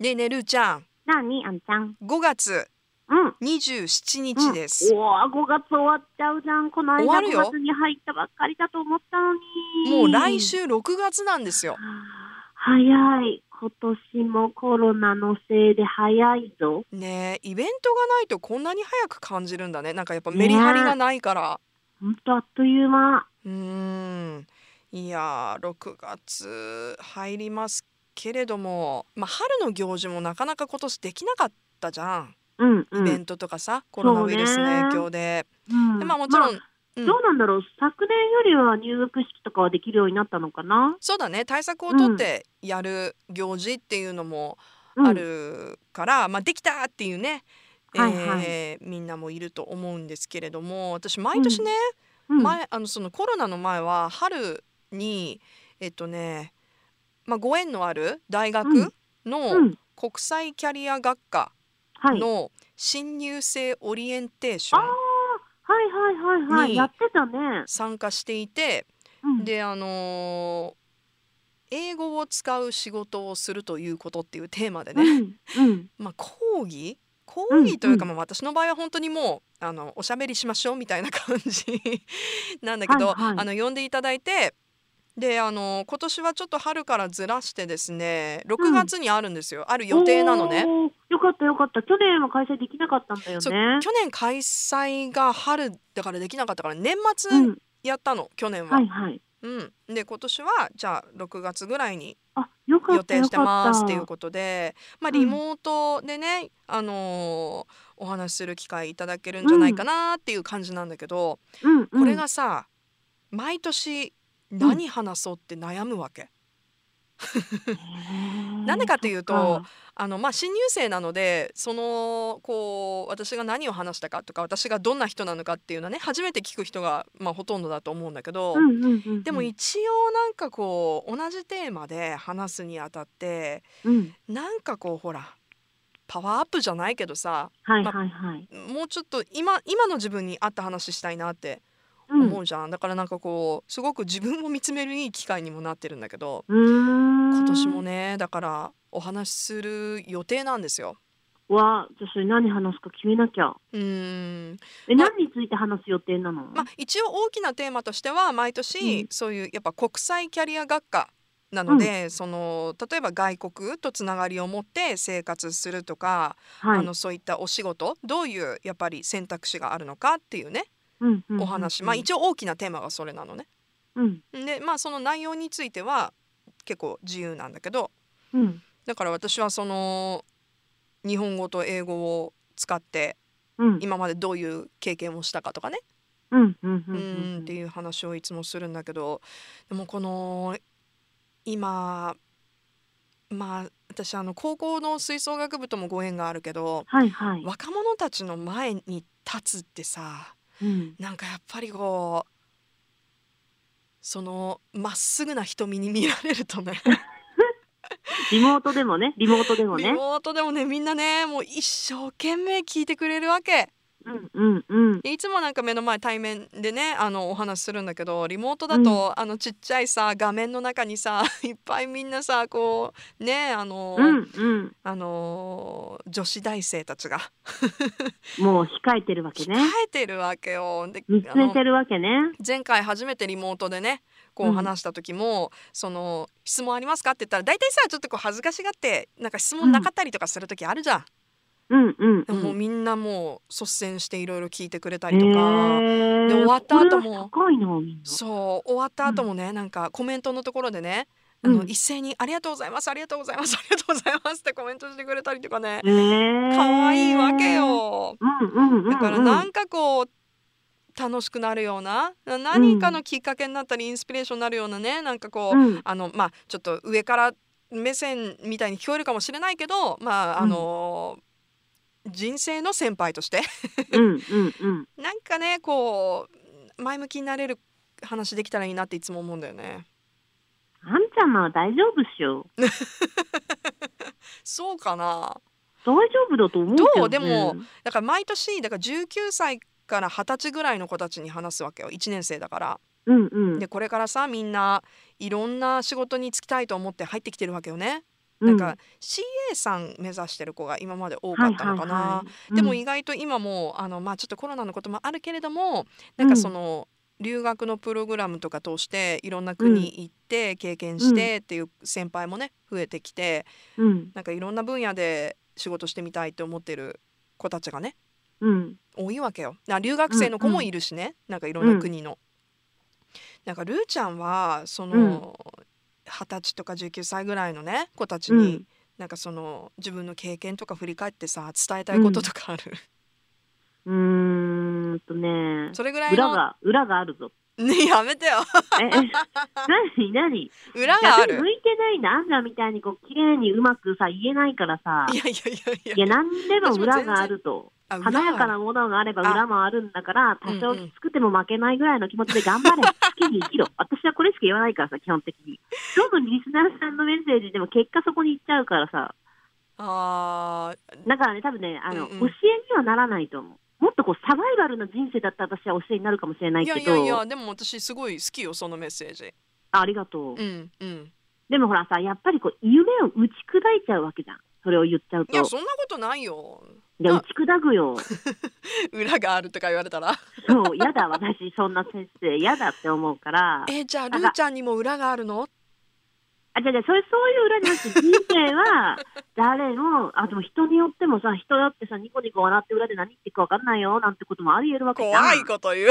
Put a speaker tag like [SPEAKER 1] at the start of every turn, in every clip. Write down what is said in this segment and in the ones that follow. [SPEAKER 1] ねえねえるーちゃん、
[SPEAKER 2] なに、あんちゃん。
[SPEAKER 1] 5月
[SPEAKER 2] うん。
[SPEAKER 1] 27日です。
[SPEAKER 2] うわ5月終わっちゃうじゃん。この間
[SPEAKER 1] 終わるよ
[SPEAKER 2] 5月に入ったばっかりだと思ったのに。
[SPEAKER 1] もう来。週6月なんですよ。
[SPEAKER 2] 早い。今年もコロナのせいで早いぞ。
[SPEAKER 1] ねえイベントがないとこんなに早く感じるんだねなんかやっぱメリハリがないから、
[SPEAKER 2] ほんとあっという間。
[SPEAKER 1] うーんいやー6月入りますけれども、まあ、春の行事もなかなか今年できなかったじゃん
[SPEAKER 2] うん、う
[SPEAKER 1] イ
[SPEAKER 2] ん。
[SPEAKER 1] ベントとかさ、コロナウイルスの影響で。
[SPEAKER 2] うん
[SPEAKER 1] でまあもちろん、
[SPEAKER 2] まあ
[SPEAKER 1] うん
[SPEAKER 2] どうなんだろう。昨年よりは入学式とかはできるようになったのかな。
[SPEAKER 1] そうだね対策をとってやる行事っていうのも
[SPEAKER 2] うん
[SPEAKER 1] あ。るから、まあ、できたっていうね、
[SPEAKER 2] はいはい
[SPEAKER 1] えーみんなもいると思うんですけれども私毎年ね、
[SPEAKER 2] うん、
[SPEAKER 1] 前あのそのコロナの前は春にえっとね、まあ、ご縁のある大
[SPEAKER 2] うん
[SPEAKER 1] 学
[SPEAKER 2] う
[SPEAKER 1] の
[SPEAKER 2] ん。
[SPEAKER 1] 国際キャリア学科
[SPEAKER 2] はい。
[SPEAKER 1] の新入生オリエンテーシ
[SPEAKER 2] あ
[SPEAKER 1] ョ
[SPEAKER 2] あ
[SPEAKER 1] ン
[SPEAKER 2] はいはいはいはい。
[SPEAKER 1] に
[SPEAKER 2] やってたね。
[SPEAKER 1] 参加していて、
[SPEAKER 2] うん、
[SPEAKER 1] であのー英語を使う仕事をするということっていうテーマでね、
[SPEAKER 2] うん。うん。
[SPEAKER 1] まあ、講義講義というか、
[SPEAKER 2] うん
[SPEAKER 1] まあ、私の場合は本当にもうあのおしゃべりしましょうみたいな感じ なんだけど、
[SPEAKER 2] はいはい
[SPEAKER 1] あの呼んでいただいてであの今年はちょっと春からずらしてですね6月にあるんですよ、ある予定なのね。
[SPEAKER 2] おー。よかったよかった。去年は開催できなかったんだよ
[SPEAKER 1] そう
[SPEAKER 2] ね。
[SPEAKER 1] 去年開催が春だからできなかったから年末
[SPEAKER 2] うん、
[SPEAKER 1] やったの、去年は。
[SPEAKER 2] はいはい。
[SPEAKER 1] うん、で今年はじゃあ6月ぐらいに
[SPEAKER 2] あ、よかった
[SPEAKER 1] 予定してますっていう
[SPEAKER 2] こ
[SPEAKER 1] ことで、まあ、
[SPEAKER 2] うん
[SPEAKER 1] リモートでね、あのーお話しする機会いただけるんじゃないかなっていう感じなんだけど、
[SPEAKER 2] と。うん、うん、
[SPEAKER 1] これがさ毎年何話そうって悩むわけ。なんでかっていうと
[SPEAKER 2] そっか
[SPEAKER 1] あのまあ、新入生なのでそのこう私が何を話したかとか私がどんな人なのかっていうのはね初めて聞く人が、まあ、ほとんどだと思うんだけど。
[SPEAKER 2] うんうんうんうん、
[SPEAKER 1] でも一応なんかこう同じテーマで話すにあたって
[SPEAKER 2] うん、
[SPEAKER 1] なんかこうほらパワーアップじゃないけどさ
[SPEAKER 2] はいはいはい。
[SPEAKER 1] もうちょっと今今の自分に合った話したいなって
[SPEAKER 2] うん
[SPEAKER 1] 思うじゃん、だからなんかこうすごく自分を見つめるいい機会にもなってるんだけど
[SPEAKER 2] うーん。
[SPEAKER 1] 今年もねだからお話しする予定なんですよ。
[SPEAKER 2] わ、じゃあそれ何話すか決めなきゃ。
[SPEAKER 1] うーん
[SPEAKER 2] え、
[SPEAKER 1] ま
[SPEAKER 2] 何について話す予定なの？
[SPEAKER 1] まあ、一応大きなテーマとしては毎年、
[SPEAKER 2] うん
[SPEAKER 1] そういうやっぱ国際キャリア学科なので、その例えば外国とつながりを持って生活するとか、
[SPEAKER 2] はい。
[SPEAKER 1] あのそういったお仕事どういうやっぱり選択肢があるのかっていうね
[SPEAKER 2] うんうん
[SPEAKER 1] お話、まあ、一応大きなテーマがそれなのね。
[SPEAKER 2] うん
[SPEAKER 1] でまあその内容については結構自由なんだけど
[SPEAKER 2] うん
[SPEAKER 1] だから私はその日本語と英語を使って
[SPEAKER 2] うん
[SPEAKER 1] 今までどういう経験をしたかとかね
[SPEAKER 2] うんうん
[SPEAKER 1] う
[SPEAKER 2] う
[SPEAKER 1] んんっていう話をいつもするんだけどでもこの今まあ私あの高校の吹奏楽部ともご縁があるけど
[SPEAKER 2] はいはい。
[SPEAKER 1] 若者たちの前に立つってさ
[SPEAKER 2] うん
[SPEAKER 1] なんかやっぱりこうそのまっすぐな瞳に見られるとね
[SPEAKER 2] リモートでもね、リモートでも
[SPEAKER 1] リ
[SPEAKER 2] ね。
[SPEAKER 1] モートでもねみんなねもう一生懸命聞いてくれるわけ。
[SPEAKER 2] うんうんうん。
[SPEAKER 1] いつもなんか目の前対面でねあのお話しするんだけどリモートだと、あのちっちゃいさ画面の中にさ いっぱいみんなさこうねあの、
[SPEAKER 2] うんうん。
[SPEAKER 1] あの女子大生たちが
[SPEAKER 2] もう控えてるわけ
[SPEAKER 1] 控
[SPEAKER 2] ね。
[SPEAKER 1] えてるわけよ。で
[SPEAKER 2] 見
[SPEAKER 1] あ
[SPEAKER 2] つめ
[SPEAKER 1] の
[SPEAKER 2] てるわけね。
[SPEAKER 1] 前回初めてリモートでねこ
[SPEAKER 2] う
[SPEAKER 1] うん話した時も、その質問ありますかって言ったら大体さちょっとこう恥ずかしがってなんか質問なかったりとかする時あるじゃん。
[SPEAKER 2] うんうん、
[SPEAKER 1] で
[SPEAKER 2] うん。
[SPEAKER 1] ももうみんなもう率先していろいろ聞いてくれた
[SPEAKER 2] へ
[SPEAKER 1] りとか。
[SPEAKER 2] ー
[SPEAKER 1] で終わった後も
[SPEAKER 2] これは高いなみんな。
[SPEAKER 1] そう終わった後もね、なんかコメントのところでねあ
[SPEAKER 2] う
[SPEAKER 1] の
[SPEAKER 2] ん
[SPEAKER 1] 一斉に「ありがとうございますありがとうございますありがとうございます」ってコメントしてくれたりとかね
[SPEAKER 2] へー
[SPEAKER 1] 可愛いわけ。よ
[SPEAKER 2] うんうんうん、うん。
[SPEAKER 1] だからなんかこう楽しくなるようなな何かのきっかけになったりインスピレーションになるようなねなんかこう、
[SPEAKER 2] うん
[SPEAKER 1] あのまあちょっと上から目線みたいに聞こえるかもしれないけどまああの人生の先輩として
[SPEAKER 2] うんうんうん。
[SPEAKER 1] なんかねこう前向きになれる話できたらいいなっていつも思うんだよね。
[SPEAKER 2] あんちゃんは大丈夫っしょ。
[SPEAKER 1] そうかな
[SPEAKER 2] 大丈夫だと思うけど、ね。
[SPEAKER 1] どうでも。だから毎年だから19歳から20歳ぐらいの子たちに話すわけよ1年生だから。
[SPEAKER 2] うんうん。
[SPEAKER 1] でこれからさみんないろんな仕事に就きたいと思って入ってきてるわけよね。
[SPEAKER 2] う
[SPEAKER 1] なんか CA さん目指してる子が今まで多かったのかな、でも意外と今もあの、まあ、ちょっとコロナのこともあるけれどもなんかその、留学のプログラムとか通していろんな国行って経験してっていう先輩もね増えてきて
[SPEAKER 2] うん
[SPEAKER 1] なんかいろんな分野で仕事してみたいって思ってる子たちがね
[SPEAKER 2] うん
[SPEAKER 1] 多いわけよ。な留学生の子もいるしね、なんかいろんな国の。なんかルーちゃんはその二十、歳とか19歳ぐらいのね子たち
[SPEAKER 2] う
[SPEAKER 1] に、
[SPEAKER 2] ん
[SPEAKER 1] なんかその自分の経験とか振り返ってさ伝えたいこととかある、
[SPEAKER 2] うーんとね
[SPEAKER 1] それぐらい
[SPEAKER 2] 裏
[SPEAKER 1] の、
[SPEAKER 2] が裏があるぞ
[SPEAKER 1] ね、や めてよ
[SPEAKER 2] ええ何何
[SPEAKER 1] 裏があ
[SPEAKER 2] 逆に
[SPEAKER 1] る
[SPEAKER 2] 向いてないんだあんたみたいにこう綺麗にうまくさ言えないからさ
[SPEAKER 1] いやいやいやい
[SPEAKER 2] い
[SPEAKER 1] や
[SPEAKER 2] や何でも裏があると
[SPEAKER 1] あ裏
[SPEAKER 2] 華やかなものがあれば裏もあるんだから多少きつくても負けないぐらいの気持ちで 頑張れ好きに生きろ私はこれしか言わないからさ基本的にどんどんリスナーさんのメッセージでも結果そこに行っちゃうからさ
[SPEAKER 1] あー
[SPEAKER 2] だからね多分ねあの、
[SPEAKER 1] うんうん
[SPEAKER 2] 教えにはならないと思うもっとこうサバイバルな人生だったら私は教えになるかもしれない
[SPEAKER 1] い
[SPEAKER 2] け
[SPEAKER 1] や
[SPEAKER 2] ど
[SPEAKER 1] いやいやでも私すごい好きよそのメッセージ
[SPEAKER 2] あありがと
[SPEAKER 1] う
[SPEAKER 2] う、
[SPEAKER 1] んうん
[SPEAKER 2] でもほらさやっぱりこう夢を打ち砕いちゃうわけじゃんそれを言っちゃう
[SPEAKER 1] い
[SPEAKER 2] とい
[SPEAKER 1] やそんなことないよ
[SPEAKER 2] や打ち砕くよ
[SPEAKER 1] 裏があるとか言われたら
[SPEAKER 2] そう嫌だ私そんな先生嫌だって思うから
[SPEAKER 1] えじゃあルーちゃんにも裏があるの
[SPEAKER 2] あ、じゃあじゃあそれそういう裏になくて、人 生は誰も、あ、でも人によってもさ、人だってさ、ニコニコ笑って裏で何言ってるか分かんないよ、なんてこともあり得るわけじゃん。
[SPEAKER 1] 怖いこと 言う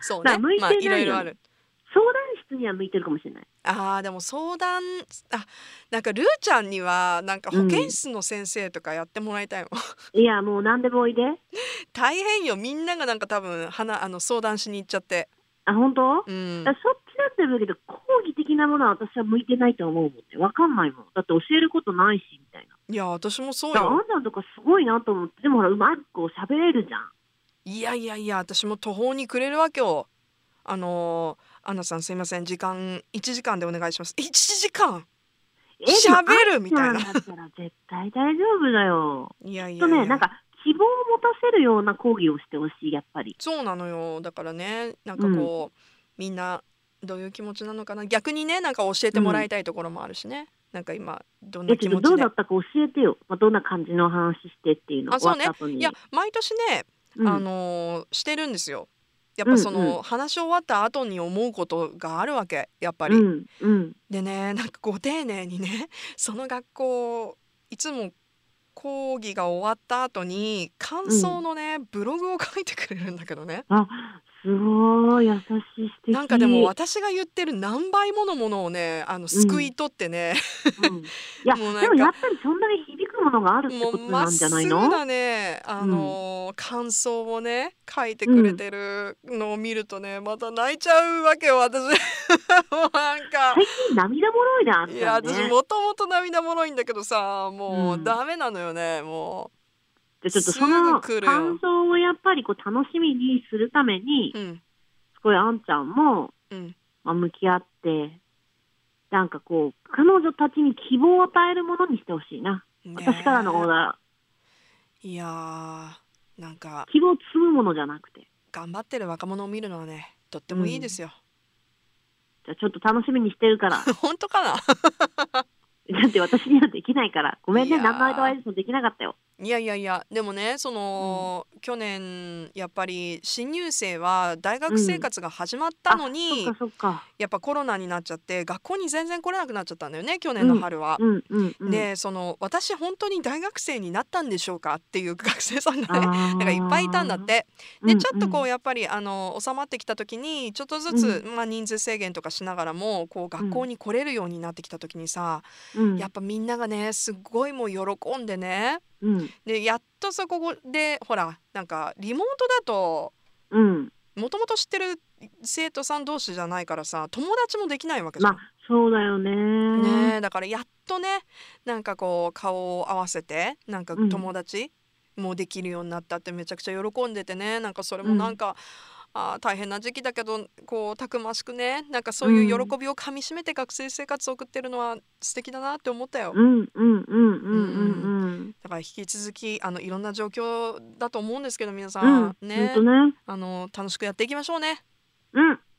[SPEAKER 1] そうね
[SPEAKER 2] まあ向いて
[SPEAKER 1] ま
[SPEAKER 2] な
[SPEAKER 1] あ
[SPEAKER 2] い
[SPEAKER 1] い
[SPEAKER 2] よ
[SPEAKER 1] ろいろある
[SPEAKER 2] 相談室には向いてるかもしれない。
[SPEAKER 1] あーでも相談あなんかルーちゃんにはなんか保健室の先生とかやってもらいたいもん、
[SPEAKER 2] いや、もう何でもおいで。
[SPEAKER 1] 大変よみんながなんか多分はなあの相談しに行っちゃって
[SPEAKER 2] あ、本当、
[SPEAKER 1] うん
[SPEAKER 2] だからそっちだって言うけど、講義的なものは私は向いてないと思うもんね。分かんないもん。だって教えることないし、みたいな。
[SPEAKER 1] いや私もそう
[SPEAKER 2] だからあ
[SPEAKER 1] よ
[SPEAKER 2] んたのとかすごいなと思って、でもほら、うまくこう喋れるじゃん。
[SPEAKER 1] いやいやいや私も途方に暮れるわけよあのーアンナさんすいません時間1時間でお願いします1時間
[SPEAKER 2] え
[SPEAKER 1] 喋るみ
[SPEAKER 2] でも
[SPEAKER 1] たい
[SPEAKER 2] あん
[SPEAKER 1] な
[SPEAKER 2] ただったら絶対大丈夫だよ。
[SPEAKER 1] い やい
[SPEAKER 2] きっ
[SPEAKER 1] や
[SPEAKER 2] と
[SPEAKER 1] い
[SPEAKER 2] ね、
[SPEAKER 1] や
[SPEAKER 2] なんか希望を持たせるような講義をしてほしい、やっぱり。
[SPEAKER 1] そうなのよだからねなんかこう、みんなどういう気持ちなのかな逆にねなんか教えてもらいたいところもあるしね、なんか今どん
[SPEAKER 2] え
[SPEAKER 1] な
[SPEAKER 2] け
[SPEAKER 1] 気
[SPEAKER 2] ど
[SPEAKER 1] 持
[SPEAKER 2] ど
[SPEAKER 1] ち
[SPEAKER 2] う
[SPEAKER 1] で
[SPEAKER 2] だったか教えてよ、まあ、どんな感じの話してっていうの
[SPEAKER 1] あそうね
[SPEAKER 2] 終わった後に
[SPEAKER 1] いや毎年ね
[SPEAKER 2] うん、
[SPEAKER 1] あのーしてるんですよやっぱその、
[SPEAKER 2] うんうん
[SPEAKER 1] 話し終わった後に思うことがあるわけやっぱり、
[SPEAKER 2] うんうん
[SPEAKER 1] でね なんかご丁寧にね その学校いつも講義が終わった後に感想のね、ブログを書いてくれるんだけどね
[SPEAKER 2] あすごい優しい素敵
[SPEAKER 1] なんかでも私が言ってる何倍ものものをねあのすくい取って ね、
[SPEAKER 2] うんいや
[SPEAKER 1] もうなんか
[SPEAKER 2] でもやっぱりそんなに響くものがあるって
[SPEAKER 1] も
[SPEAKER 2] こ
[SPEAKER 1] う
[SPEAKER 2] と
[SPEAKER 1] ま
[SPEAKER 2] な
[SPEAKER 1] っ
[SPEAKER 2] んじ
[SPEAKER 1] す
[SPEAKER 2] ゃ
[SPEAKER 1] ぐ
[SPEAKER 2] ないの、
[SPEAKER 1] なね、あのー感想をね書いてくれてるのを見るとねまた泣いちゃうわけよ私 もうなんか。
[SPEAKER 2] 最近涙もろいなあんた
[SPEAKER 1] いや
[SPEAKER 2] ね
[SPEAKER 1] 私もともと涙もろいんだけどさもううんダメなのよね、も
[SPEAKER 2] でちょっと
[SPEAKER 1] す
[SPEAKER 2] そ
[SPEAKER 1] ぐ
[SPEAKER 2] の
[SPEAKER 1] 来るよ
[SPEAKER 2] 感想をやっぱりこう楽しみにするために
[SPEAKER 1] ううん
[SPEAKER 2] すごいあんちゃんも、
[SPEAKER 1] うん
[SPEAKER 2] まあ、向き合ってなんかこう彼女たちに希望を与えるものにしてほしいな、
[SPEAKER 1] ね
[SPEAKER 2] 私からのオーダ
[SPEAKER 1] いやーなんか
[SPEAKER 2] ー希望を積むものじゃなくて
[SPEAKER 1] 頑張ってる若者を見るのはねとってもいいですよ、
[SPEAKER 2] じゃあちょっと楽しみにして るから。
[SPEAKER 1] 本当かな
[SPEAKER 2] だって私にはできないから。ごめん
[SPEAKER 1] い
[SPEAKER 2] ね、
[SPEAKER 1] やー
[SPEAKER 2] 何のアドバイスもできなかったよ。
[SPEAKER 1] いやいやいやでもねその、去年やっぱり新入生は大学生活が始まったのに、
[SPEAKER 2] そっかそっか。
[SPEAKER 1] やっぱコロナになっちゃって学校に全然来れなくなっちゃったんだよね去年の春は。
[SPEAKER 2] うんうんうん。
[SPEAKER 1] でその私本当に大学生になったんでしょうかっていう学生さんがね
[SPEAKER 2] あー、
[SPEAKER 1] なんかいっぱいいたんだって
[SPEAKER 2] う
[SPEAKER 1] で
[SPEAKER 2] ん
[SPEAKER 1] ちょっとこうやっぱりあの収まってきた時にちょっとずつ、まあ、人数制限とかしながらもこう学校に来れるようになってきた時にさ、
[SPEAKER 2] うん、
[SPEAKER 1] やっぱみんながねすごいもう喜んでね
[SPEAKER 2] うん
[SPEAKER 1] でやっとそこでほらなんかリモートだと
[SPEAKER 2] うん。
[SPEAKER 1] もともと知ってる生徒さん同士じゃないからさ友達もできないわけじ
[SPEAKER 2] ま
[SPEAKER 1] ゃ
[SPEAKER 2] あ
[SPEAKER 1] ん。、
[SPEAKER 2] そうだよね。
[SPEAKER 1] ねえだからやっとねなんかこう顔を合わせてなんか
[SPEAKER 2] うん
[SPEAKER 1] 友達もできるようになったってめちゃくちゃ喜んでてねなんかそれもなんか、あー大変な時期だけどこうたくましくねなんかそういう喜びをかみしめて学生生活を送ってるのは素敵だなって思ったよ。
[SPEAKER 2] うんうんうんうんうんうん。
[SPEAKER 1] だから引き続きあのいろんな状況だと思うんですけど皆さ
[SPEAKER 2] うん、
[SPEAKER 1] ん
[SPEAKER 2] 本、当
[SPEAKER 1] ね
[SPEAKER 2] ね。うん、
[SPEAKER 1] あの楽しくやっていきましょうね。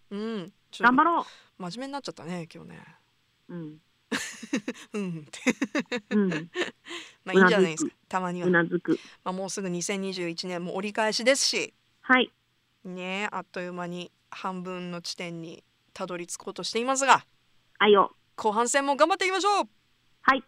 [SPEAKER 1] うん、ちょっ
[SPEAKER 2] 頑
[SPEAKER 1] と
[SPEAKER 2] 張ろう。
[SPEAKER 1] 真面目になっちゃったね今日ね。
[SPEAKER 2] うん。
[SPEAKER 1] うんって
[SPEAKER 2] うん。
[SPEAKER 1] まあいいんじゃないですかたまには、
[SPEAKER 2] う
[SPEAKER 1] ま
[SPEAKER 2] なずく。
[SPEAKER 1] あ、もうすぐ2021年も折り返しですし
[SPEAKER 2] はい。
[SPEAKER 1] ねえあっという間に半分の地点にたどり着こうとしていますが
[SPEAKER 2] あよ。
[SPEAKER 1] 後半戦も頑張っていきましょう
[SPEAKER 2] はい。